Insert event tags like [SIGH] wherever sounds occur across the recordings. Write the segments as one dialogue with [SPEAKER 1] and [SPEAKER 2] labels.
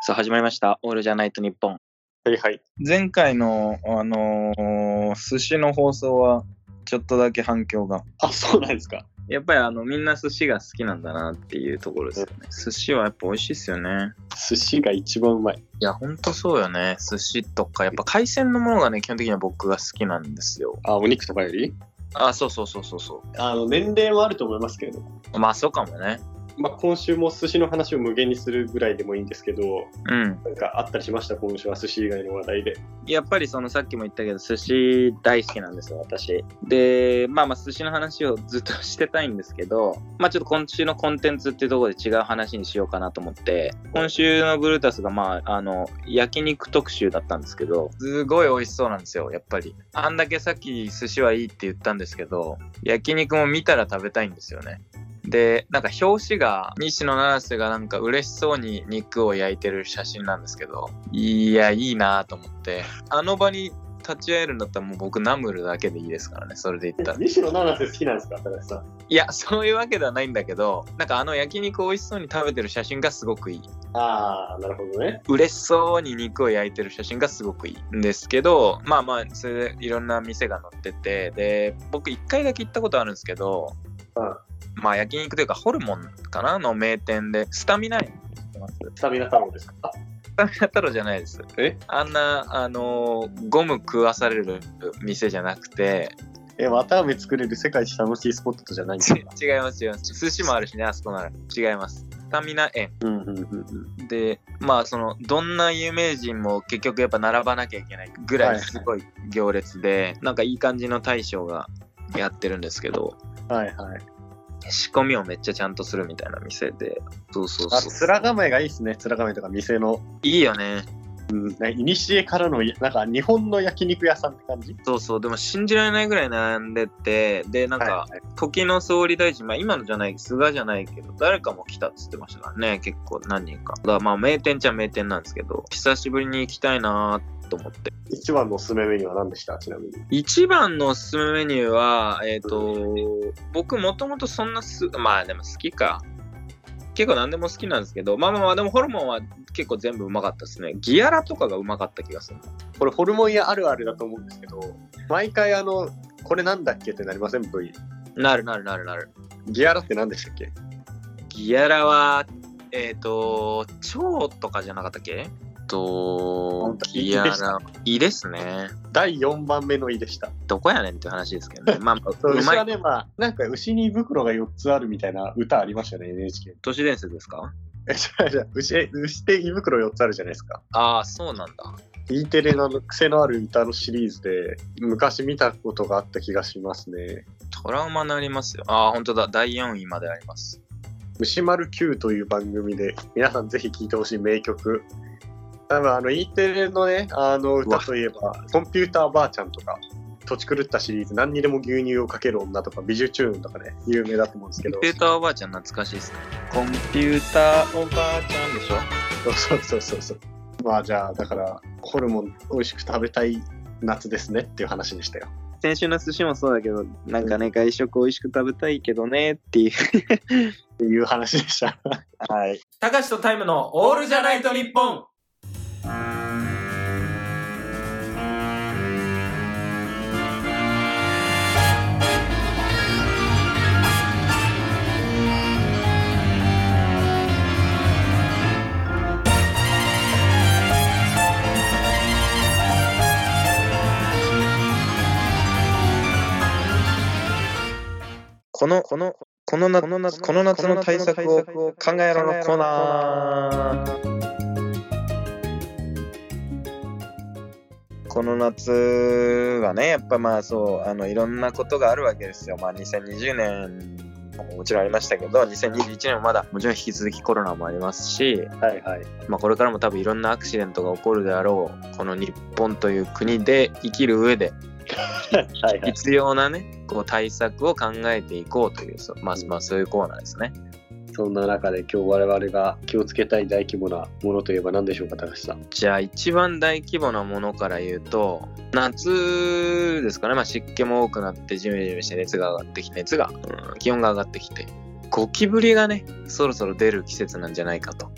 [SPEAKER 1] さあ始まりました。オールじゃないと日本。
[SPEAKER 2] はいはい。
[SPEAKER 3] 前回の、あのー寿司の放送は、ちょっとだけ反響が。
[SPEAKER 2] あ、そうなんですか。
[SPEAKER 1] やっぱりあのみんな寿司が好きなんだなっていうところですよね。寿司はやっぱ美味しいですよね。
[SPEAKER 2] 寿司が一番うまい。
[SPEAKER 1] いや、ほんとそうよね。寿司とか、やっぱ海鮮のものがね、基本的には僕が好きなんですよ。
[SPEAKER 2] あ、お肉とかより
[SPEAKER 1] あ、そうそうそうそうそ
[SPEAKER 2] あの、年齢もあると思いますけれども。
[SPEAKER 1] う。まあ、そうかもね。
[SPEAKER 2] まあ、今週も寿司の話を無限にするぐらいでもいいんですけど、
[SPEAKER 1] うん。
[SPEAKER 2] なんかあったりしました、今週は寿司以外の話題で。
[SPEAKER 1] やっぱりそのさっきも言ったけど、寿司大好きなんですよ、私。で、まあまあ寿司の話をずっとしてたいんですけど、まあちょっと今週のコンテンツっていうところで違う話にしようかなと思って、今週のブルータスがまあ、あの、焼肉特集だったんですけど、すごい美味しそうなんですよ、やっぱり。あんだけさっき寿司はいいって言ったんですけど、焼肉も見たら食べたいんですよね。で、なんか表紙が、西野七瀬がなんか嬉しそうに肉を焼いてる写真なんですけど、いや、いいなぁと思って、あの場に立ち会えるんだったらもう僕ナムルだけでいいですからね、それで言ったら。
[SPEAKER 2] 西野七瀬好きなんですか、高橋さん。
[SPEAKER 1] いや、そういうわけではないんだけど、なんかあの焼肉を美味しそうに食べてる写真がすごくいい。
[SPEAKER 2] あー、なるほどね。
[SPEAKER 1] 嬉しそうに肉を焼いてる写真がすごくいいんですけどまあまあそれでいろんな店が載っててで僕1回だけ行ったことあるんですけど、まあ焼肉というかホルモンかなの名店でスタミナ園知ってます
[SPEAKER 2] スタミナ太郎ですか。あ、
[SPEAKER 1] スタミナ太郎じゃないです
[SPEAKER 2] え
[SPEAKER 1] あんなあのーゴム食わされる店じゃなくて
[SPEAKER 2] え、綿飴作れる世界一楽しいスポットじゃないんです
[SPEAKER 1] ち
[SPEAKER 2] か。
[SPEAKER 1] 違います違います寿司もあるしねあそこなら違いますスタミナ園
[SPEAKER 2] うんうんうんうん。
[SPEAKER 1] でまあそのどんな有名人も結局やっぱ並ばなきゃいけないぐらいすごい行列で、なんかいい感じの大将がやってるんですけど
[SPEAKER 2] はいはい。
[SPEAKER 1] 仕込みをめっちゃちゃんとするみたいな店でそうそう
[SPEAKER 2] あ、
[SPEAKER 1] そう
[SPEAKER 2] 面構えがいいですね。面構えとか店の。
[SPEAKER 1] いいよね
[SPEAKER 2] うん。いにしえからの、なんか日本の焼肉屋さんって感じ
[SPEAKER 1] そうそうでも信じられないぐらい悩んでてでなんか
[SPEAKER 2] はいはい
[SPEAKER 1] 時の総理大臣まあ今のじゃない菅じゃないけど誰かも来たっつってましたからね結構何人かだからまあ名店っちゃ名店なんですけど久しぶりに行きたいなーと思って
[SPEAKER 2] 一番のおすすめメニューは何でしたちなみに。
[SPEAKER 1] 一番のおすすめメニューは、えっ、と、僕もともとそんなす、まあでも好きか。結構何でも好きなんですけど、まあまあまあ、でもホルモンは結構全部うまかったですね。ギアラとかがうまかった気がする。
[SPEAKER 2] これホルモン屋あるあるだと思うんですけど、毎回あの、これなんだっけってなりません ?V。
[SPEAKER 1] なるなるなるなる。
[SPEAKER 2] ギアラって何でしたっけ
[SPEAKER 1] ギアラは、えっ、と、蝶とかじゃなかったっけえっと
[SPEAKER 2] 本当、
[SPEAKER 1] ギアラ、いいですね。
[SPEAKER 2] 第4番目の胃でした。
[SPEAKER 1] どこやねんっていう話ですけ [LAUGHS] どね。まあまあ、う
[SPEAKER 2] 牛
[SPEAKER 1] ま。
[SPEAKER 2] はいね、まあ、なんか牛に胃袋が4つあるみたいな歌ありましたよね、NHK。
[SPEAKER 1] 都市伝説ですか
[SPEAKER 2] え、じゃあ、じゃあ牛、牛って胃袋4つあるじゃないですか。
[SPEAKER 1] ああ、そうなんだ。
[SPEAKER 2] E テレのあの癖のある歌のシリーズで、昔見たことがあった気がしますね。
[SPEAKER 1] トラウマになりますよ。ああ、本当だ。第4位まであります。
[SPEAKER 2] 虫丸 Q という番組で皆さんぜひ聴いてほしい名曲多分あの E テレのねあの歌といえば「コンピューターばあちゃん」とか「土地狂った」シリーズ「何にでも牛乳をかける女」とか「美女チューン」とかね有名だと思うんです
[SPEAKER 1] コ
[SPEAKER 2] け
[SPEAKER 1] ン
[SPEAKER 2] ど
[SPEAKER 1] ピューターおばあちゃん懐かしいですね。コンピューターおばあちゃんでしょ
[SPEAKER 2] そうそうそうそうそうまあじゃあだからホルモン美味しく食べたい夏ですねっていう話でしたよ
[SPEAKER 1] 先週の寿司もそうだけど、なんかね、外食美味しく食べたいけどねっていう。
[SPEAKER 2] っていう話でした
[SPEAKER 1] はい。たかしとタイムのオールじゃないと日本この、この、この夏、この夏、この夏の対策を考えろのコーナー。この夏はね、やっぱまあそう、あの、いろんなことがあるわけですよ。まあ2020年ももちろんありましたけど、2021年もまだ、もちろん引き続きコロナもありますし、
[SPEAKER 2] はいはい
[SPEAKER 1] まあこれからも多分いろんなアクシデントが起こるであろう、この日本という国で生きる上で、
[SPEAKER 2] はいはい
[SPEAKER 1] 必要なね、こう対策を考えていこうという、そうまあ、まあそういうコーナーですね。
[SPEAKER 2] そんな中で今日我々が気をつけたい大規模なものといえば何でしょうか高橋さん
[SPEAKER 1] じゃあ一番大規模なものから言うと、夏ですかね、まあ、湿気も多くなってジメジメして熱が上がってきて、熱が、うん気温が上がってきて、ゴキブリがね、そろそろ出る季節なんじゃないかと。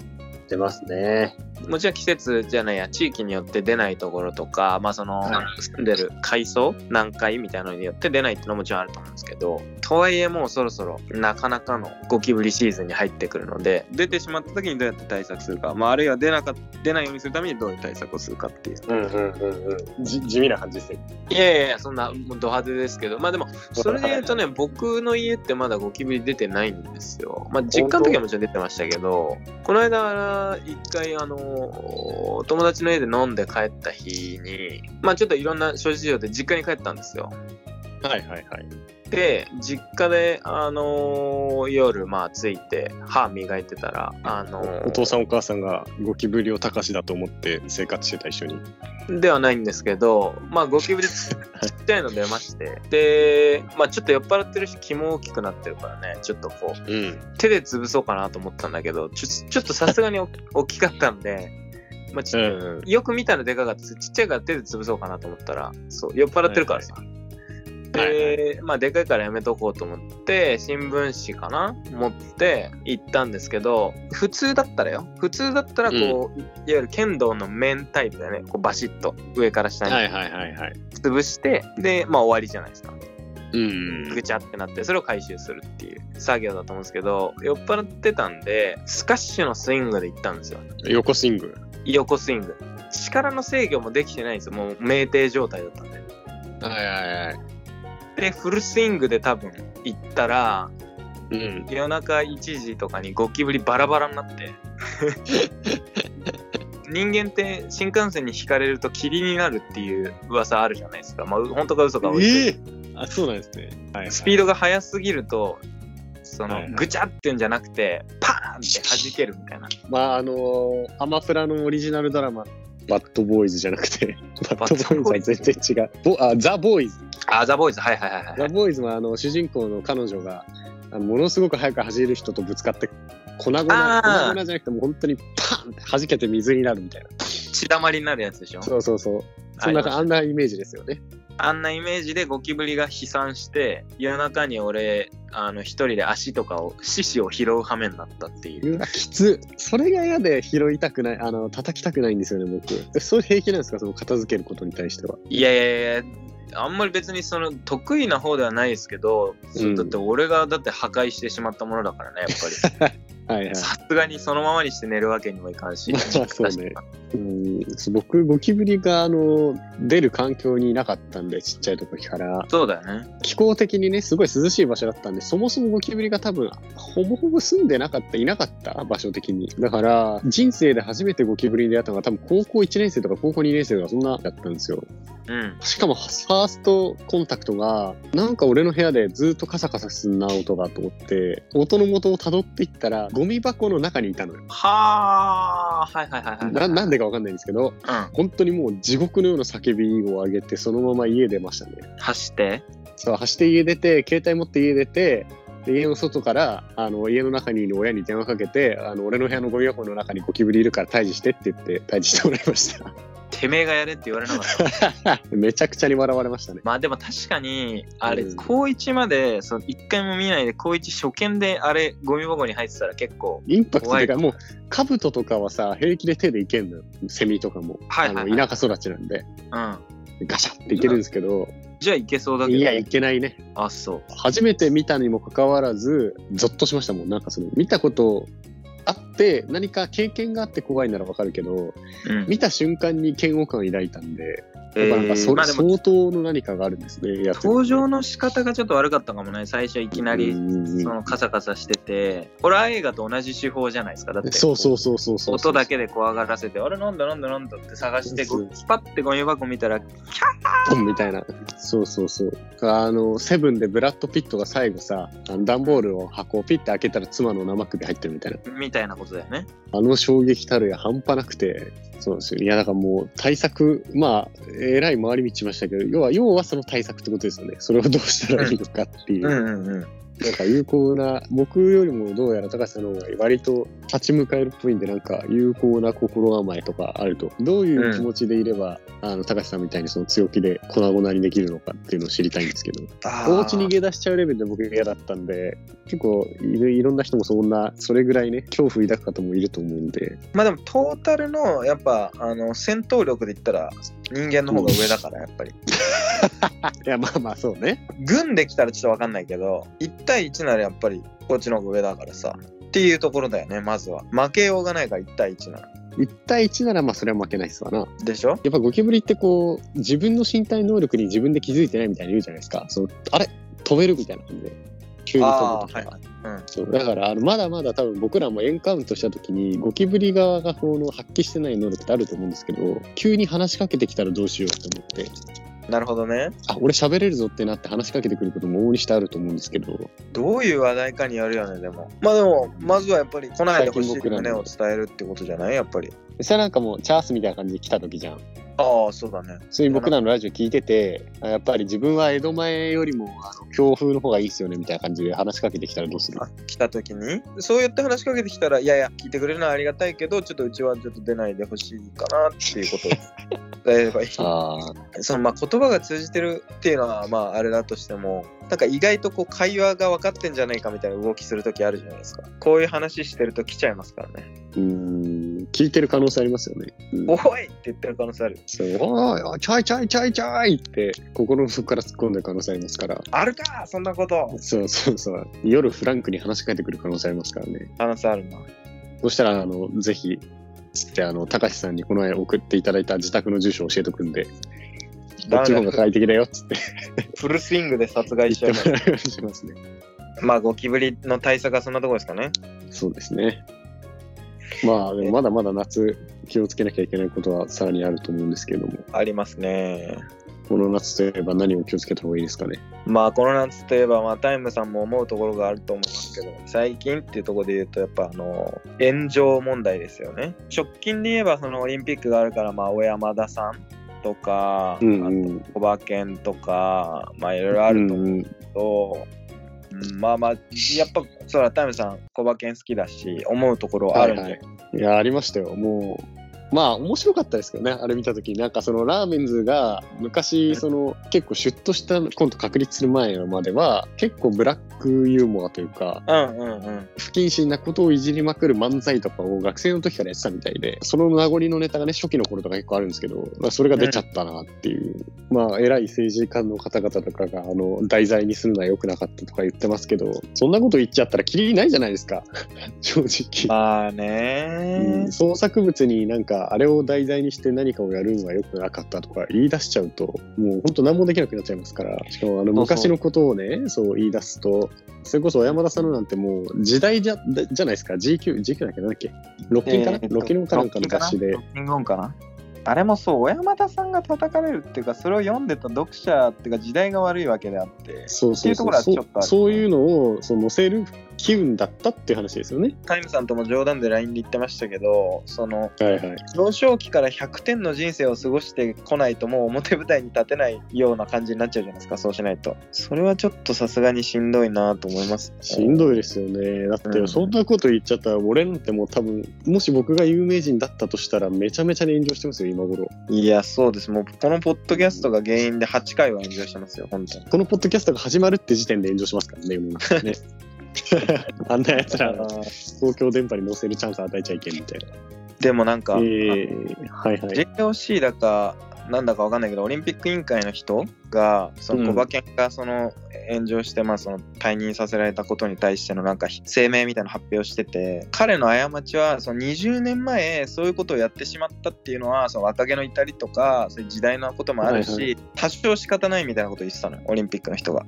[SPEAKER 2] 出ますね
[SPEAKER 1] もちろん季節じゃないや、地域によって出ないところとか、まあその、
[SPEAKER 4] はい
[SPEAKER 1] 住んでる階層、何階みたいなのによって出ないってのももちろんあると思うんですけど、とはいえもうそろそろなかなかのゴキブリシーズンに入ってくるので、出てしまった時にどうやって対策するか、まああるいは出なか出ないようにするためにどういう対策をするかっていう。
[SPEAKER 4] うんうんうんうん。じ地味な感じですね。
[SPEAKER 1] いやいやいや、そんな、もうド派手ですけど、まあでも、それで言うとね、僕の家ってまだゴキブリ出てないんですよ。まあ、実家の時はもちろん出てましたけど、この間、一回、あの、友達の家で飲んで帰った日に、まあちょっといろんな諸事情で実家に帰ったんですよ。
[SPEAKER 4] はいはいはい。
[SPEAKER 1] で、実家で、あの夜、まあ着いて、歯磨いてたら、あの
[SPEAKER 2] お父さんお母さんがゴキブリをたかしだと思って生活してた一緒に
[SPEAKER 1] ではないんですけど、まあ、ゴキブリちっちゃいの出まして、で、まあ、ちょっと酔っ払ってるし、気も大きくなってるからね、ちょっとこう、
[SPEAKER 2] うん
[SPEAKER 1] 手で潰そうかなと思ったんだけど、ちょちょっとさすがに大き大きかったんで、まあ、ち
[SPEAKER 2] うん
[SPEAKER 1] よく見たらでかかったですちっちゃいから手で潰そうかなと思ったら、そう、酔っ払ってるからさ。で、まあ、でかいからやめとこうと思って、新聞紙かな持って行ったんですけど、普通だったらよ。普通だったら、こう、いわゆる剣道の面タイプだよね。こう、バシッと上から下
[SPEAKER 2] は
[SPEAKER 1] に
[SPEAKER 2] いはいはいはい
[SPEAKER 1] 潰して、で、まあ、終わりじゃないですか。
[SPEAKER 2] うん
[SPEAKER 1] ぐちゃってなってそれを回収するっていう作業だと思うんですけど酔っ払ってたんでスカッシュのスイングで行ったんですよ
[SPEAKER 2] 横スイング
[SPEAKER 1] 横スイング力の制御もできてないんですよもう酩酊状態だったんで
[SPEAKER 2] はいはいはい
[SPEAKER 1] でフルスイングで多分行ったら
[SPEAKER 2] うん
[SPEAKER 1] 夜中1時とかにゴキブリバラバラになって人間って新幹線に引かれると霧になるっていう噂あるじゃないですかまあ本当か嘘か置いといて
[SPEAKER 2] ええあそうなんですねはいはい
[SPEAKER 1] スピードが速すぎると、そ
[SPEAKER 2] はい
[SPEAKER 1] の
[SPEAKER 2] はい
[SPEAKER 1] ぐちゃってんじゃなくて、パーンって弾けるみたいな。
[SPEAKER 2] まああのーアマプラのオリジナルドラマバッドボーイズじゃなくてバッドボーイズは全然違うボあザ・ボーイズ
[SPEAKER 1] あ、ザ・ボーイズ、はいはいはいはい。
[SPEAKER 2] ザ・ボーイズもあの主人公の彼女があのものすごく速く走る人とぶつかって粉々粉
[SPEAKER 1] あー
[SPEAKER 2] 々じゃなくてもう本当にパーンって弾けて水になるみたいな
[SPEAKER 1] 血だまりになるやつでしょ
[SPEAKER 2] そうそうそうそん
[SPEAKER 1] あ
[SPEAKER 2] な
[SPEAKER 1] りまし
[SPEAKER 2] あんなイメージですよね
[SPEAKER 1] あんなイメージでゴキブリが飛散して、夜中に俺、あの、一人で足とかを、獅子を拾う羽目になったっていう。
[SPEAKER 2] うわきつそれが嫌で拾いたくないあの叩きたくないんですよね僕えそれ平気なんですかその片付けることに対してはい
[SPEAKER 1] やいやいや、あんまり別にその得意な方ではないですけど、
[SPEAKER 2] うん
[SPEAKER 1] だって俺がだって破壊してしまったものだからね、やっぱり。
[SPEAKER 2] [LAUGHS] はいはい
[SPEAKER 1] さすがにそのままにして寝るわけにもいかんし。
[SPEAKER 2] まあそうねうん僕ゴキブリがあの出る環境にいなかったんでちっちゃい時から
[SPEAKER 1] そうだよね。
[SPEAKER 2] 気候的にねすごい涼しい場所だったんでそもそもゴキブリが多分ほぼほぼ住んでなかったいなかった場所的にだから人生で初めてゴキブリに出会ったのが多分高校1年生とか高校2年生とかそんなだったんですよ
[SPEAKER 1] うん。
[SPEAKER 2] しかもファーストコンタクトがなんか俺の部屋でずっとカサカサすんな音がと思って音の元をたどっていったらゴミ箱の中にいたのよ
[SPEAKER 1] はあ、はいはいはいはいはい。
[SPEAKER 2] ななんでかわかんないんですけど
[SPEAKER 1] う
[SPEAKER 2] 本当にもう地獄のような叫びを上げてそのまま家出ましたね
[SPEAKER 1] ん、走って。
[SPEAKER 2] そう走って家出て携帯持って家出てで家の外からあの家の中にいる親に電話かけてあの俺の部屋のゴミ箱の中にゴキブリいるから退治してって言って退治してもらいました [LAUGHS]
[SPEAKER 1] てめえがやれって言われなかった。
[SPEAKER 2] めちゃくちゃに笑われましたね
[SPEAKER 1] まあでも確かに、あれ、
[SPEAKER 2] うん
[SPEAKER 1] 高1まで、その一回も見ないで、高1初見であれ、ゴミ箱に入ってたら結構、
[SPEAKER 2] インパクト
[SPEAKER 1] 怖
[SPEAKER 2] で
[SPEAKER 1] い
[SPEAKER 2] かいもう兜とかはさ平気で手でいけんのよセミとかも、
[SPEAKER 1] はいはいはい
[SPEAKER 2] あの田舎育ちなんで
[SPEAKER 1] うん。
[SPEAKER 2] ガシャっていけるんですけど
[SPEAKER 1] じゃあいけそうだけど。
[SPEAKER 2] いやいけないね
[SPEAKER 1] あ、そう。
[SPEAKER 2] 初めて見たにもかかわらずゾッとしましたもんなんかその見たことあって何か経験があって怖いならわかるけど
[SPEAKER 1] うん。
[SPEAKER 2] 見た瞬間に嫌悪感を抱いたんで、
[SPEAKER 1] え
[SPEAKER 2] やっぱなんかそ
[SPEAKER 1] ー、まあでも、
[SPEAKER 2] 相当の何かがあるんですね。やってる
[SPEAKER 1] 登場の仕方がちょっと悪かったかもね。最初いきなり、
[SPEAKER 2] うんうんうん
[SPEAKER 1] そのカサカサしてて、ホラー映画と同じ手法じゃないですか。だって、
[SPEAKER 2] そうそうそうそうそう。
[SPEAKER 1] 音だけで怖がらせて、あれ、なんだなんだなんだって探して、
[SPEAKER 2] そう
[SPEAKER 1] ご
[SPEAKER 2] そう
[SPEAKER 1] パッてゴミ箱見たら、
[SPEAKER 2] ポンみたいな。そうそうそう。あの、セブンでブラッド・ピットが最後さ、あの段ボールを箱をピッて開けたら妻の生首入ってるみたいな。
[SPEAKER 1] みたいなことだよね。
[SPEAKER 2] あの衝撃たるや半端なくて、そうですよ。いや、だからもう対策、まあ、えらい回り道しましたけど、要は、要はその対策ってことですよね。それをどうしたらいいのかっていう。
[SPEAKER 1] うんうんうん。
[SPEAKER 2] なんか有効な、僕よりもどうやら高橋さんの方が割と立ち向かえるっぽいんで、なんか有効な心構えとかあると、どういう気持ちでいれば、あの高橋さんみたいにその強気で粉々にできるのかっていうのを知りたいんですけど、お家逃げ出しちゃうレベルで僕嫌だったんで、結構いいろんな人もそんな、それぐらいね、恐怖抱く方もいると思うんで、
[SPEAKER 5] まあでもトータルのやっぱあの戦闘力で言ったら人間の方が上だからやっぱり
[SPEAKER 2] いや、まあまあそうね。
[SPEAKER 5] 軍できたらちょっと分かんないけど1対1ならやっぱりこっちの方が上だからさっていうところだよねまずは負けようがないから1対1なら
[SPEAKER 2] 1対1ならまあそれは負けないっすわな。
[SPEAKER 5] でしょ
[SPEAKER 2] やっぱゴキブリってこう自分の身体能力に自分で気づいてないみたいな言うじゃないですかそのあれ飛べるみたいな感じで急に飛ぶとか、
[SPEAKER 5] あーはい
[SPEAKER 2] そうだからあのまだまだ多分僕らもエンカウントした時にゴキブリ側がこの発揮してない能力ってあると思うんですけど急に話しかけてきたらどうしようと思って
[SPEAKER 5] なるほどね
[SPEAKER 2] あ俺喋れるぞってなって話しかけてくることも往々にしてあると思うんですけど
[SPEAKER 5] どういう話題かによるよねでもまあでもまずはやっぱり来ないでほしいって胸を伝えるってことじゃないやっぱり
[SPEAKER 2] それなんかもうチャースみたいな感じで来た時じゃん
[SPEAKER 5] ああそうだね
[SPEAKER 2] 普通に僕らのラジオ聞いててあやっぱり自分は江戸前よりもあの強風の方がいいっすよねみたいな感じで話しかけてきたらどうする
[SPEAKER 5] 来た時にそう言って話しかけてきたらいやいや聞いてくれるのはありがたいけどちょっとうちはちょっと出ないでほしいかなっていうことを [LAUGHS] 伝えればいい
[SPEAKER 2] ああ
[SPEAKER 5] そのまあ言葉が通じてるっていうのはまああれだとしてもなんか意外とこう会話が分かってんじゃないかみたいな動きする時あるじゃないですかこういう話してると来ちゃいますからね
[SPEAKER 2] うーん聞いてる可能性ありますよね。
[SPEAKER 5] 「おい!」って言ってる可能性ある
[SPEAKER 2] そう、おーいおい、ちょいちょいちょいちょいって、心の底から突っ込んでる可能性ありますから。
[SPEAKER 5] 「あるかそんなこと
[SPEAKER 2] そうそうそう。夜フランクに話しかけてくる可能性ありますからね。」
[SPEAKER 5] 可能性あるな
[SPEAKER 2] そしたら、あの、ぜひ、つって、あの、高橋さんにこの前送っていただいた自宅の住所を教えておくんで、どっちの方が快適だよっつって
[SPEAKER 5] フルスイングで殺害
[SPEAKER 2] 言
[SPEAKER 5] しちゃう
[SPEAKER 2] ってもらうようにしますね。
[SPEAKER 5] まあゴキブリの対策はそんなとこですかね
[SPEAKER 2] そうですね。まあ、でもまだまだ夏、気をつけなきゃいけないことはさらにあると思うんですけれども、
[SPEAKER 5] ありますね
[SPEAKER 2] この夏といえば何を気をつけた方がいいですかね。
[SPEAKER 5] まあこの夏といえば、まあ、タイムさんも思うところがあると思いますけど最近っていうところで言うとやっぱあの炎上問題ですよね直近で言えばそのオリンピックがあるからまあ小山田さんとか、
[SPEAKER 2] うんう
[SPEAKER 5] あ
[SPEAKER 2] ん。
[SPEAKER 5] と小馬健とかまあいろいろあると思う
[SPEAKER 2] うん
[SPEAKER 5] けど、うんまあまあやっぱそらタイムさん小馬健好きだし思うところはあるんで、
[SPEAKER 2] はいはい、いやありましたよもうまあ面白かったですけどねあれ見た時なんかそのラーメンズが昔その結構シュッとしたコント確立する前までは結構ブラックユーモアというか
[SPEAKER 5] うんうんうん
[SPEAKER 2] 不謹慎なことをいじりまくる漫才とかを学生の時からやってたみたいでその名残のネタがね初期の頃とか結構あるんですけど、まあ、それが出ちゃったなっていう、まあ偉い政治家の方々とかがあの題材にするのは良くなかったとか言ってますけどそんなこと言っちゃったらキリないじゃないですか [LAUGHS] 正直。
[SPEAKER 5] まあね
[SPEAKER 2] うん創作物になんかあれを題材にして何かをやるのは良くなかったとか言い出しちゃうともう本当何もできなくなっちゃいますからしかもあの
[SPEAKER 5] そう
[SPEAKER 2] 昔のことをねそう言い出すとそれこそ小山田さんのなんてもう時代じゃだじゃないですか GQ, GQ だっけなんだっけロッキンかな、
[SPEAKER 5] えー
[SPEAKER 2] ロッキンかなんかの
[SPEAKER 5] ロッキンかな
[SPEAKER 2] 雑誌で
[SPEAKER 5] ロッキングオンかなあれもそう小山田さんが叩かれるっていうかそれを読んでた読者っていうか時代が悪いわけであって
[SPEAKER 2] そうそう
[SPEAKER 5] っていうと
[SPEAKER 2] そ
[SPEAKER 5] ころはちょっとある
[SPEAKER 2] うそういうのをその載せる機運だったっていう話ですよね
[SPEAKER 5] タイムさんとも冗談で LINE で言ってましたけどその
[SPEAKER 2] はいはい
[SPEAKER 5] 幼少期から100点の人生を過ごしてこないともう表舞台に立てないような感じになっちゃうじゃないですかそうしないとそれはちょっとさすがにしんどいなと思います
[SPEAKER 2] しんどいですよね。だって、
[SPEAKER 5] うん
[SPEAKER 2] そんなこと言っちゃったら、俺なんてもう多分、もし僕が有名人だったとしたら、めちゃめちゃに炎上してますよ、今頃。
[SPEAKER 5] いやそうですもうこのポッドキャストが原因で8回は炎上してますよ本当に
[SPEAKER 2] このポッドキャストが始まるって時点で炎上しますからね、世の中
[SPEAKER 5] [LAUGHS]
[SPEAKER 2] ね。あんなやつら、公共電波に載せるチャンス与えちゃいけんみたいな。
[SPEAKER 5] でもなん
[SPEAKER 2] え
[SPEAKER 5] か、
[SPEAKER 2] ー、はいはい。
[SPEAKER 5] JOC だかなんだかわかんないけどオリンピック委員会の人がその
[SPEAKER 2] うん
[SPEAKER 5] 小馬犬がその炎上して、まあ、その退任させられたことに対してのなんか声明みたいな発表をしてて彼の過ちはその20年前そういうことをやってしまったっていうのはその若気の至りとかそういう時代のこともあるし、
[SPEAKER 2] はい
[SPEAKER 5] 多少仕方ないみたいなことを言ってたのよオリンピックの人が。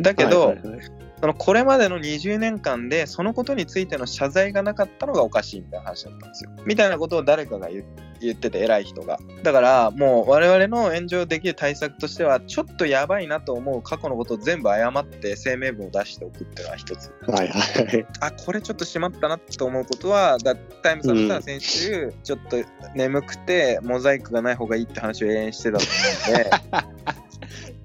[SPEAKER 5] だけど、
[SPEAKER 2] はいはいはい
[SPEAKER 5] そのこれまでの20年間でそのことについての謝罪がなかったのがおかしいみたいな話だったんですよ。みたいなことを誰かが言言ってて偉い人が。だからもう我々の炎上できる対策としてはちょっとやばいなと思う過去のことを全部謝って声明文を出しておくっていうのは一つ。
[SPEAKER 2] はいはい。
[SPEAKER 5] あこれちょっとしまったなと思うことはだタイムさんだったら先週、ちょっと眠くてモザイクがない方がいいって話を永遠してたと思うんで
[SPEAKER 2] はいはい
[SPEAKER 5] [LAUGHS]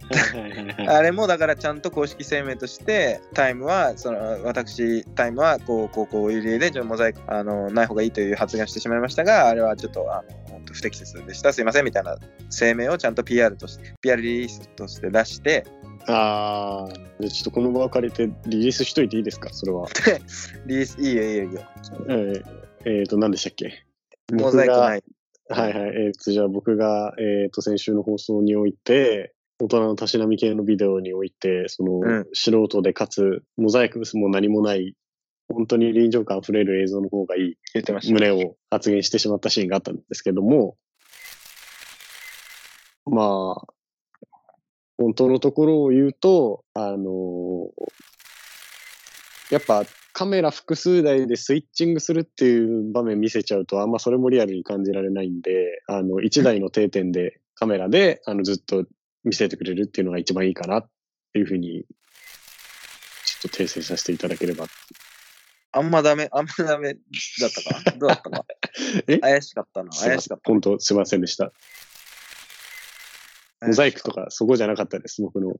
[SPEAKER 2] はいはい
[SPEAKER 5] あれもだからちゃんと公式声明としてタイムはその私タイムはこうこうこういう理由でちょっとモザイクあのない方がいいという発言をしてしまいましたがあれはちょっとあの本当不適切でしたすいませんみたいな声明をちゃんと PR として PR リリースとして出して
[SPEAKER 2] あーでちょっとこの場を借りてリリースしといていいですかそれは。
[SPEAKER 5] リリースいいよいいよいいよ
[SPEAKER 2] えーえーと、何でしたっけ
[SPEAKER 5] モザイクない
[SPEAKER 2] 僕がはいはい。えーと、じゃあ僕が、えーと、先週の放送において、大人のたしなみ系のビデオにおいて、その、
[SPEAKER 5] うん
[SPEAKER 2] 素人でかつ、モザイクも何もない、本当に臨場感あふれる映像の方がいい
[SPEAKER 5] 言ってまし
[SPEAKER 2] [LAUGHS]
[SPEAKER 5] た
[SPEAKER 2] 胸を発言してしまったシーンがあったんですけども、まあ、本当のところを言うと、あのやっぱカメラ複数台でスイッチングするっていう場面見せちゃうと、あんまそれもリアルに感じられないんで、あの、一台の定点でカメラで、あの、ずっと見せてくれるっていうのが一番いいかなっていうふうに、ちょっと訂正させていただければ。
[SPEAKER 5] あんまダメあんまダメだったかどうだった
[SPEAKER 2] [LAUGHS]
[SPEAKER 5] か
[SPEAKER 2] え
[SPEAKER 5] 怪しかったな
[SPEAKER 2] すいま
[SPEAKER 5] 怪し
[SPEAKER 2] せ
[SPEAKER 5] か
[SPEAKER 2] ん
[SPEAKER 5] っ。
[SPEAKER 2] 本当すいませんでした。
[SPEAKER 5] た
[SPEAKER 2] モザイクとかそこじゃなかったです、僕の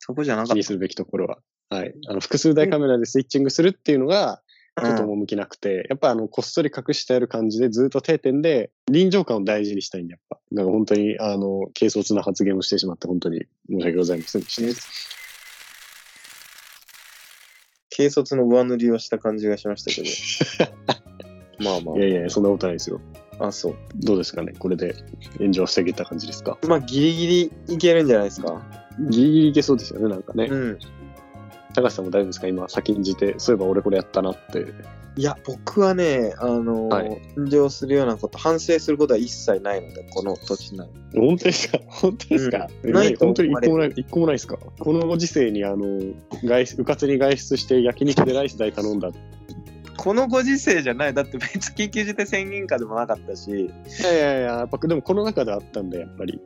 [SPEAKER 5] そこじゃなか
[SPEAKER 2] 気
[SPEAKER 5] っ
[SPEAKER 2] にするべきところは。はい。あの、複数台カメラでスイッチングするっていうのが、ち
[SPEAKER 5] た
[SPEAKER 2] ょっと
[SPEAKER 5] うん
[SPEAKER 2] 趣なくて、やっぱあの、こっそり隠してある感じでずっと定点で、臨場感を大事にしたいんで、やっぱ。なんか本当に、あの、軽率な発言をしてしまって、本当に申し訳ございませんでした。
[SPEAKER 5] 軽率の上塗りをした感じがしました
[SPEAKER 2] [LAUGHS]
[SPEAKER 5] けどまあまあ
[SPEAKER 2] いやいや、そんなことないですよ。
[SPEAKER 5] あ、そう。
[SPEAKER 2] どうですかねこれで炎上を防げた感じですか
[SPEAKER 5] まあ、ギリギリいけるんじゃないですか。
[SPEAKER 2] ギリギリいけそうですよね、なんかね。
[SPEAKER 5] ん。
[SPEAKER 2] 高橋さんも大丈夫ですか今、先んじて、そういえば俺これやったなって。
[SPEAKER 5] いや、僕はね、あのー
[SPEAKER 2] はい
[SPEAKER 5] 炎上するようなこと、反省することは一切ないので、この土地内。
[SPEAKER 2] 本当ですか本当ですか、
[SPEAKER 5] うん
[SPEAKER 2] え
[SPEAKER 5] ないと
[SPEAKER 2] 本当に
[SPEAKER 5] 思
[SPEAKER 2] 一個
[SPEAKER 5] われる
[SPEAKER 2] もない、一個もないですかこのご時世に、あの、外出、うかつに外出して焼肉でライス代頼んだ。い
[SPEAKER 5] このご時世じゃない。だって別に緊急事態宣言下でもなかったし、
[SPEAKER 2] やいやいや、やっぱ、でもコロナ禍であったんで、やっぱり。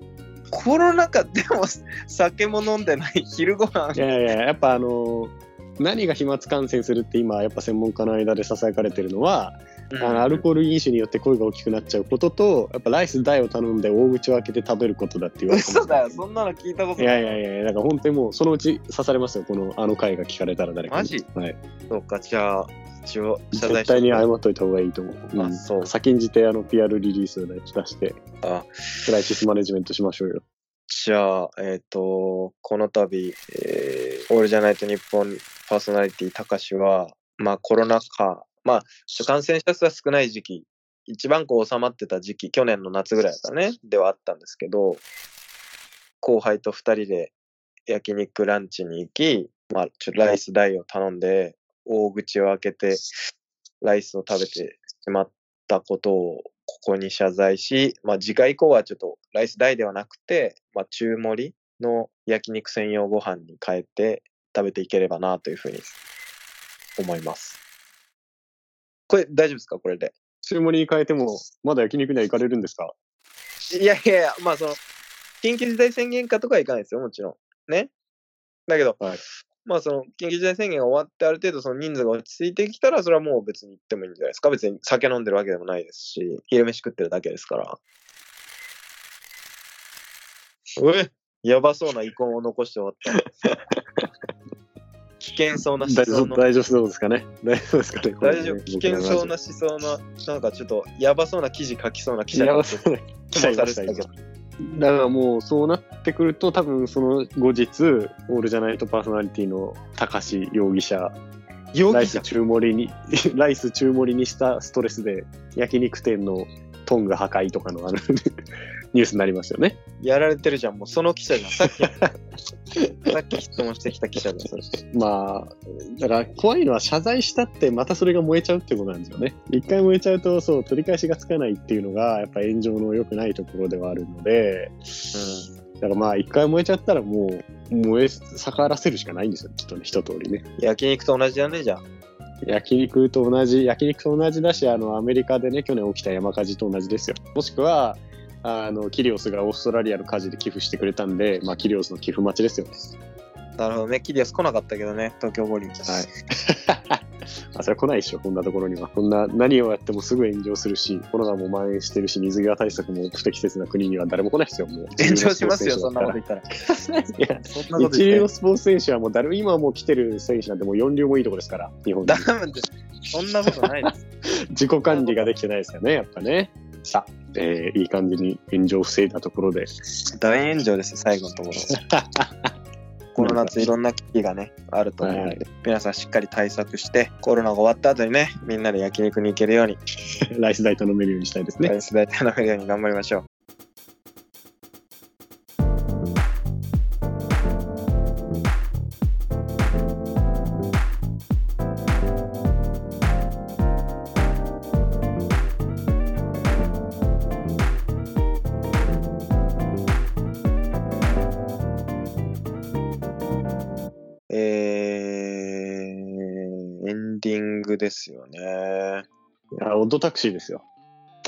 [SPEAKER 5] コロナ禍でも酒も飲んでない、昼ご飯
[SPEAKER 2] いやいや、やっぱあの、何が飛沫感染するって今、やっぱ専門家の間で囁かれてるのは、あのアルコール飲酒によって声が大きくなっちゃうことと、やっぱライス代を頼んで大口を開けて食べることだって言われてます
[SPEAKER 5] 嘘だよ、そんなの聞いたこと
[SPEAKER 2] い
[SPEAKER 5] ない。
[SPEAKER 2] やいやいや、だから本当にもうそのうち刺されますよ、このあの回が聞かれたら誰かに。
[SPEAKER 5] マジ
[SPEAKER 2] はい。
[SPEAKER 5] そうか、じゃあ、一応、謝罪
[SPEAKER 2] 絶
[SPEAKER 5] し
[SPEAKER 2] 対に
[SPEAKER 5] あ
[SPEAKER 2] 謝っといた方がいいと思う。うん
[SPEAKER 5] そう
[SPEAKER 2] 先んじてあの PR リリースを出して、
[SPEAKER 5] あ
[SPEAKER 2] クライシスマネジメントしましょうよ。
[SPEAKER 5] じゃあ、えっ、と、この度、えー、俺じゃないと日本パーソナリティ、たかしは、まあコロナ禍、まあちょっと感染者数は少ない時期、一番こう収まってた時期、去年の夏ぐらいだね、ではあったんですけど、後輩と二人で焼肉ランチに行き、まあちょっとライス代を頼んで、大口を開けて、ライスを食べてしまったことをここに謝罪し、まあ、次回以降はちょっとライス代ではなくて、まあ、中盛りの焼肉専用ご飯に変えて食べていければなというふうに思います。これ大丈夫ですかこれで。
[SPEAKER 2] 中盛りに変えても、まだ焼肉には行かれるんですか
[SPEAKER 5] いやいやいや、まあその、緊急事態宣言下とかはいかないですよ、もちろん。ね。だけど、
[SPEAKER 2] はい
[SPEAKER 5] まあその、緊急事態宣言が終わって、ある程度その人数が落ち着いてきたら、それはもう別に行ってもいいんじゃないですか。別に酒飲んでるわけでもないですし、昼飯食ってるだけですから。うえやばそうな遺恨を残して終わった。危険そうな思
[SPEAKER 2] 大丈
[SPEAKER 5] 想
[SPEAKER 2] 夫
[SPEAKER 5] の。
[SPEAKER 2] 大丈夫そうですかね大丈夫ですかねこれ
[SPEAKER 5] [LAUGHS] 大丈夫。
[SPEAKER 2] 僕
[SPEAKER 5] 危険そうな
[SPEAKER 2] が
[SPEAKER 5] 思想の、なんかちょっと、やばそうな記事書きそうな記者
[SPEAKER 2] やば
[SPEAKER 5] が
[SPEAKER 2] そうな記
[SPEAKER 5] 気
[SPEAKER 2] 者 [LAUGHS] い
[SPEAKER 5] もさ
[SPEAKER 2] ま
[SPEAKER 5] れ
[SPEAKER 2] してた
[SPEAKER 5] たけど。
[SPEAKER 2] だからもうそうなってくると多分その後日オールじゃないとパーソナリティの高橋容疑者
[SPEAKER 5] 容
[SPEAKER 2] ラ
[SPEAKER 5] 疑
[SPEAKER 2] イス
[SPEAKER 5] 者
[SPEAKER 2] 中盛りに [LAUGHS] ライス中盛りにしたストレスで焼肉店のトング破壊とかのあの [LAUGHS] ニュースになりますよね
[SPEAKER 5] やられてるじゃん、もうその記者 [LAUGHS] じゃん。さっき、さっき質問してきた記者だよ、それ。
[SPEAKER 2] まあだから怖いのは謝罪したってまたそれが燃えちゃうってことなんですよね一回燃えちゃうとそう取り返しがつかないっていうのがやっぱ炎上の良くないところではあるので、だからまあ一回燃えちゃったらもう燃え逆らせるしかないんですよきっとね一通りね
[SPEAKER 5] 焼肉と同じだね、じゃあ。
[SPEAKER 2] 焼肉と同じ焼肉と同じだしあのアメリカでね去年起きた山火事と同じですよもしくはあのキリオスがオーストラリアの火事で寄付してくれたんで、まあ、キリオスの寄付待ちですよね
[SPEAKER 5] なるほどね。キリアス来なかったけどね、東京五輪。はい。
[SPEAKER 2] あ、それは来ないでしょ、こんなところには。こんな、何をやってもすぐ炎上するし、コロナも蔓延してるし、水際対策も不適切な国には誰も来ないですよ、もう。
[SPEAKER 5] 炎上しますよ、
[SPEAKER 2] 一
[SPEAKER 5] そ
[SPEAKER 2] 流
[SPEAKER 5] ん
[SPEAKER 2] の
[SPEAKER 5] なこと
[SPEAKER 2] スポーツ
[SPEAKER 5] 言ったら。
[SPEAKER 2] 選手だから。い
[SPEAKER 5] [LAUGHS] そんな
[SPEAKER 2] や
[SPEAKER 5] こと
[SPEAKER 2] 一
[SPEAKER 5] 言
[SPEAKER 2] 流
[SPEAKER 5] っ
[SPEAKER 2] のスポーツ選手はもう誰、今もう来てる選手なんてもう4流もいいとこですから、日本
[SPEAKER 5] た
[SPEAKER 2] で
[SPEAKER 5] ら。。ダメです。そんなことないです。
[SPEAKER 2] 自己管理ができてないですよね、やっぱね。さあ、えーいい感じに炎上を防いだところで、
[SPEAKER 5] 大炎上です、最後のところ。この夏いろんな危機がね、あると思うんで、
[SPEAKER 2] はい [LAUGHS]
[SPEAKER 5] 皆さんしっかり対策して、コロナが終わった後にね、みんなで焼肉に行けるように、
[SPEAKER 2] ライス代頼めるようにしたいですね。
[SPEAKER 5] ライス代頼めるように頑張りましょう。えー、エンディングですよね。
[SPEAKER 2] あ、オッドタクシーですよ。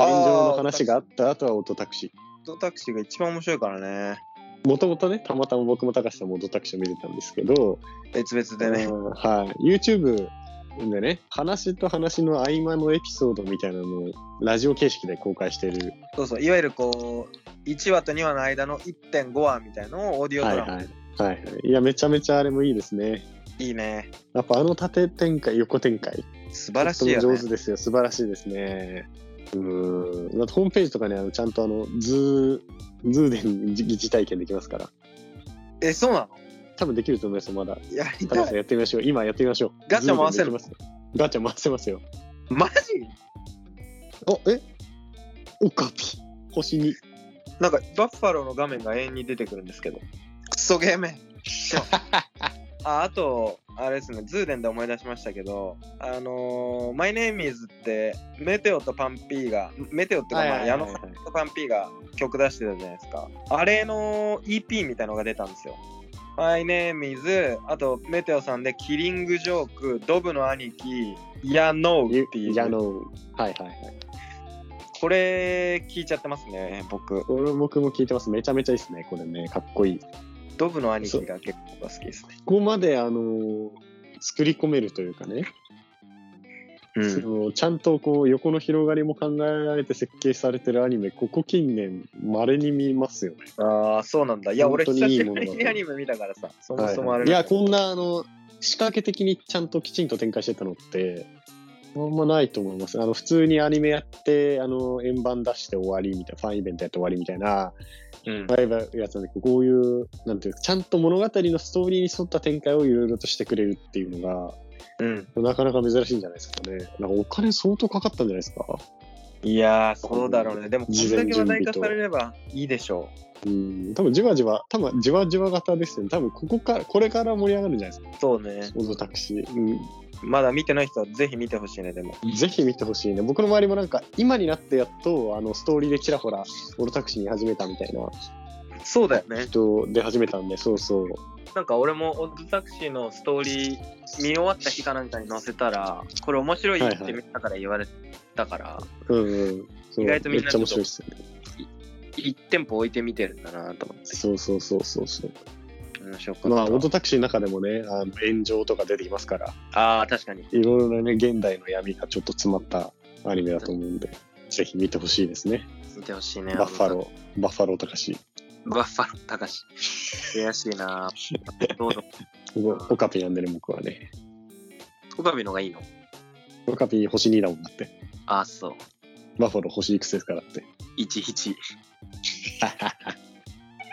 [SPEAKER 5] あー
[SPEAKER 2] 炎上の話があった後はオッドタクシ
[SPEAKER 5] ドタクシーが一番面白いからね。
[SPEAKER 2] ー。もともとね、たまたま僕も高橋さんもオッドタクシーを見てたんですけど、
[SPEAKER 5] 別々でね。
[SPEAKER 2] うんはい、YouTube でね、話と話の合間のエピソードみたいなのをラジオ形式で公開してる。
[SPEAKER 5] そうそう、いわゆるこう、1話と2話の間の1.5話みたいのをオーディオ
[SPEAKER 2] はい
[SPEAKER 5] ドラ
[SPEAKER 2] はい。
[SPEAKER 5] マ。
[SPEAKER 2] はいい、はい。いや、めちゃめちゃあれもいいですね。
[SPEAKER 5] い、ね。
[SPEAKER 2] やっぱあの縦展開、横展開。
[SPEAKER 5] 素晴らし
[SPEAKER 2] と
[SPEAKER 5] い
[SPEAKER 2] ても
[SPEAKER 5] よ
[SPEAKER 2] 上
[SPEAKER 5] ね
[SPEAKER 2] 手。ですよ。素晴らしいですね。うん。だってホームページとかね、あのちゃんとあの、ズー、ズーで疑似体験できますから。
[SPEAKER 5] え、そうな
[SPEAKER 2] 多分できると思いますよ、まだ。
[SPEAKER 5] のやり
[SPEAKER 2] 高
[SPEAKER 5] た
[SPEAKER 2] 橋さん
[SPEAKER 5] い。
[SPEAKER 2] やってみましょう。今やってみましょう。
[SPEAKER 5] ガチャ回せ
[SPEAKER 2] ズ
[SPEAKER 5] る
[SPEAKER 2] ームでできますよガチャ回せますよ。
[SPEAKER 5] マジ
[SPEAKER 2] あ、えおかぴ。星に。
[SPEAKER 5] なんか、バッファローの画面が永遠に出てくるんですけど。クソゲーム。そうああと、あれですね、ズーデンで思い出しましたけど、あのーマイネーミーズって、メテオとパンピーが、メテオっていうか、まあ、矢野さんとパンピーが曲出してたじゃないですか。あれの EP みたいのが出たんですよ。マイネーミーズ、あとメテオさんでキリングジョーク、ドブの兄貴、ヤノウっていう。
[SPEAKER 2] やの、はいはいはい。
[SPEAKER 5] これ聞いちゃってますね、僕。
[SPEAKER 2] これ僕も聞いてます。めちゃめちゃいいですね。これね、かっこいい。こ
[SPEAKER 5] ドブの兄貴が結構好きですね。
[SPEAKER 2] こまで、あのー作り込めるというかね、
[SPEAKER 5] う
[SPEAKER 2] そのちゃんとこう横の広がりも考えられて設計されてるアニメ、ここ近年、稀に見ますよね。
[SPEAKER 5] ああ、そうなんだ。いや、
[SPEAKER 2] 本
[SPEAKER 5] 俺
[SPEAKER 2] 当
[SPEAKER 5] 久
[SPEAKER 2] にいい
[SPEAKER 5] しぶり
[SPEAKER 2] ものだ
[SPEAKER 5] に
[SPEAKER 2] と
[SPEAKER 5] アニメ見たからさ、そもそもあれ
[SPEAKER 2] い
[SPEAKER 5] だ
[SPEAKER 2] や、
[SPEAKER 5] けど
[SPEAKER 2] こんな、あの、仕掛け的にちゃんときちんと展開してたのって、あんまないと思います。あの、普通にアニメやって、あの、円盤出して終わりみたいな、ファンイベントやって終わりみたいな、
[SPEAKER 5] うん
[SPEAKER 2] ライブやつなんで、こういう、なんていうか、ちゃんと物語のストーリーに沿った展開をいろいろとしてくれるっていうの
[SPEAKER 5] うん。
[SPEAKER 2] が、なかなか珍しいんじゃないですかね。なんかお金相当かかったんじゃないですか。
[SPEAKER 5] いやー、そうだろうね。でも、こん
[SPEAKER 2] 事
[SPEAKER 5] だ
[SPEAKER 2] 前
[SPEAKER 5] け話題化されればいいでしょ
[SPEAKER 2] うん、多分じわじわ、多分じわじわ型ですよね。多分ここから、これから盛り上がるんじゃないです
[SPEAKER 5] う
[SPEAKER 2] か。。
[SPEAKER 5] そうね。
[SPEAKER 2] オドタクシー。うん、
[SPEAKER 5] まだ見てない人はぜひ見てほしいね、でも。
[SPEAKER 2] ぜひ見てほしいね。僕の周りもなんか、今になってやっと、あの、ストーリーでちらほら、オルタクシーに始めたみたいな
[SPEAKER 5] そうだよね。
[SPEAKER 2] 人出始めたんで、そうそう。
[SPEAKER 1] なんか俺もオッドタクシーのストーリー見終わった日かなんかに載せたら、これ面白いってみんなから言われたから、
[SPEAKER 2] うんうん。そう
[SPEAKER 1] 意外とみんな
[SPEAKER 2] めっちゃ面白いですよね。
[SPEAKER 1] 1店舗置いてみてるんだなと思って。
[SPEAKER 2] そうそうそうそうそう。
[SPEAKER 1] 面白かった。
[SPEAKER 2] まあ、オートタクシーの中でもね、あの炎上とか出てきますから、
[SPEAKER 1] ああ、確かに。
[SPEAKER 2] いろいろなね、現代の闇がちょっと詰まったアニメだと思うんで、ぜひ見てほしいですね。
[SPEAKER 1] 見てほしいね。
[SPEAKER 2] バッファロー、バッファローたかし、
[SPEAKER 1] ー。バッファロー、高し。悔しいなどうぞ。
[SPEAKER 2] オカピなんでね、僕はね。
[SPEAKER 1] 岡部のがいいの
[SPEAKER 2] オカピ星2だもんだって。
[SPEAKER 1] ああ、そう。
[SPEAKER 2] バッファロー星いくつですか
[SPEAKER 1] [LAUGHS]
[SPEAKER 2] らって。
[SPEAKER 1] 11。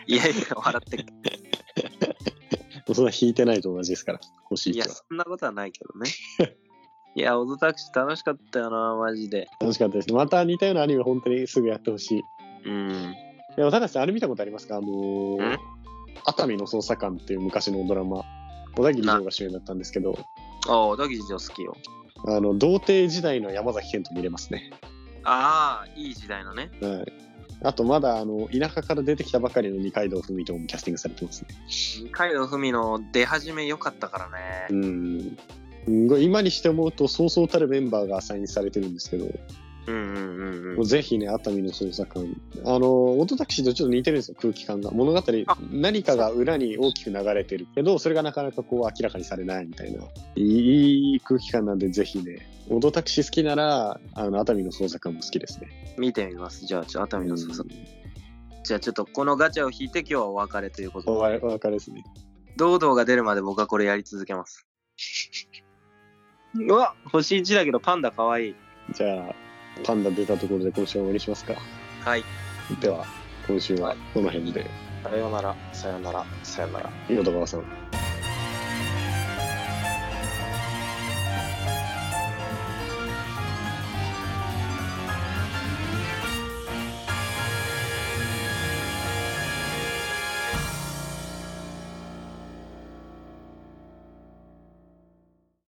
[SPEAKER 1] いやいや、笑ってる。
[SPEAKER 2] もうそんな引いてないと同じですから、星
[SPEAKER 1] い
[SPEAKER 2] 1
[SPEAKER 1] や、
[SPEAKER 2] は。
[SPEAKER 1] そんなことはないけどね。いや、オドタクシー楽しかったよな、マジで。
[SPEAKER 2] 楽しかったです。また似たようなアニメ、本当にすぐやってほしい。
[SPEAKER 1] うん。
[SPEAKER 2] でも、ただし、あれ見たことありますかあのー
[SPEAKER 1] ん
[SPEAKER 2] 熱海の捜査官っていう昔のドラマ、小田切城が主演だったんですけど、
[SPEAKER 1] ああ、小田切城好きよ。
[SPEAKER 2] あの、童貞時代の山崎賢人見れますね。
[SPEAKER 1] ああ、いい時代のね。
[SPEAKER 2] はい。あと、まだ、あの、田舎から出てきたばかりの二階堂ふみともキャスティングされてますね。
[SPEAKER 1] 二階堂ふみの出始め良かったからね。
[SPEAKER 2] うん。すごい今にして思うと、そうそうたるメンバーがアサインされてるんですけど、
[SPEAKER 6] うんうんうんうん
[SPEAKER 2] もうぜひね、熱海の捜査官。あの、オートタクシーとちょっと似てるんですよ、空気感が。物語、何かが裏に大きく流れてるけど、それがなかなかこう明らかにされないみたいな。いいいい空気感なんで、ぜひね、オートタクシー好きなら、あの、熱海の捜査官も好きですね。
[SPEAKER 5] 見てみます。じゃあ、ちょっと熱海の捜査。じゃあ、ちょっとこのガチャを引いて今日はお別れということ
[SPEAKER 2] おわ
[SPEAKER 5] で。
[SPEAKER 2] お別れですね。
[SPEAKER 5] 堂々が出るまで僕はこれやり続けます。うわ星1だけどパンダかわいい。
[SPEAKER 2] じゃあ、パンダ出たところで今週は終わりにしますか。
[SPEAKER 5] はい。
[SPEAKER 2] では、今週はこの辺で、
[SPEAKER 6] さようなら、さようなら、さようなら。
[SPEAKER 2] 淀川さん。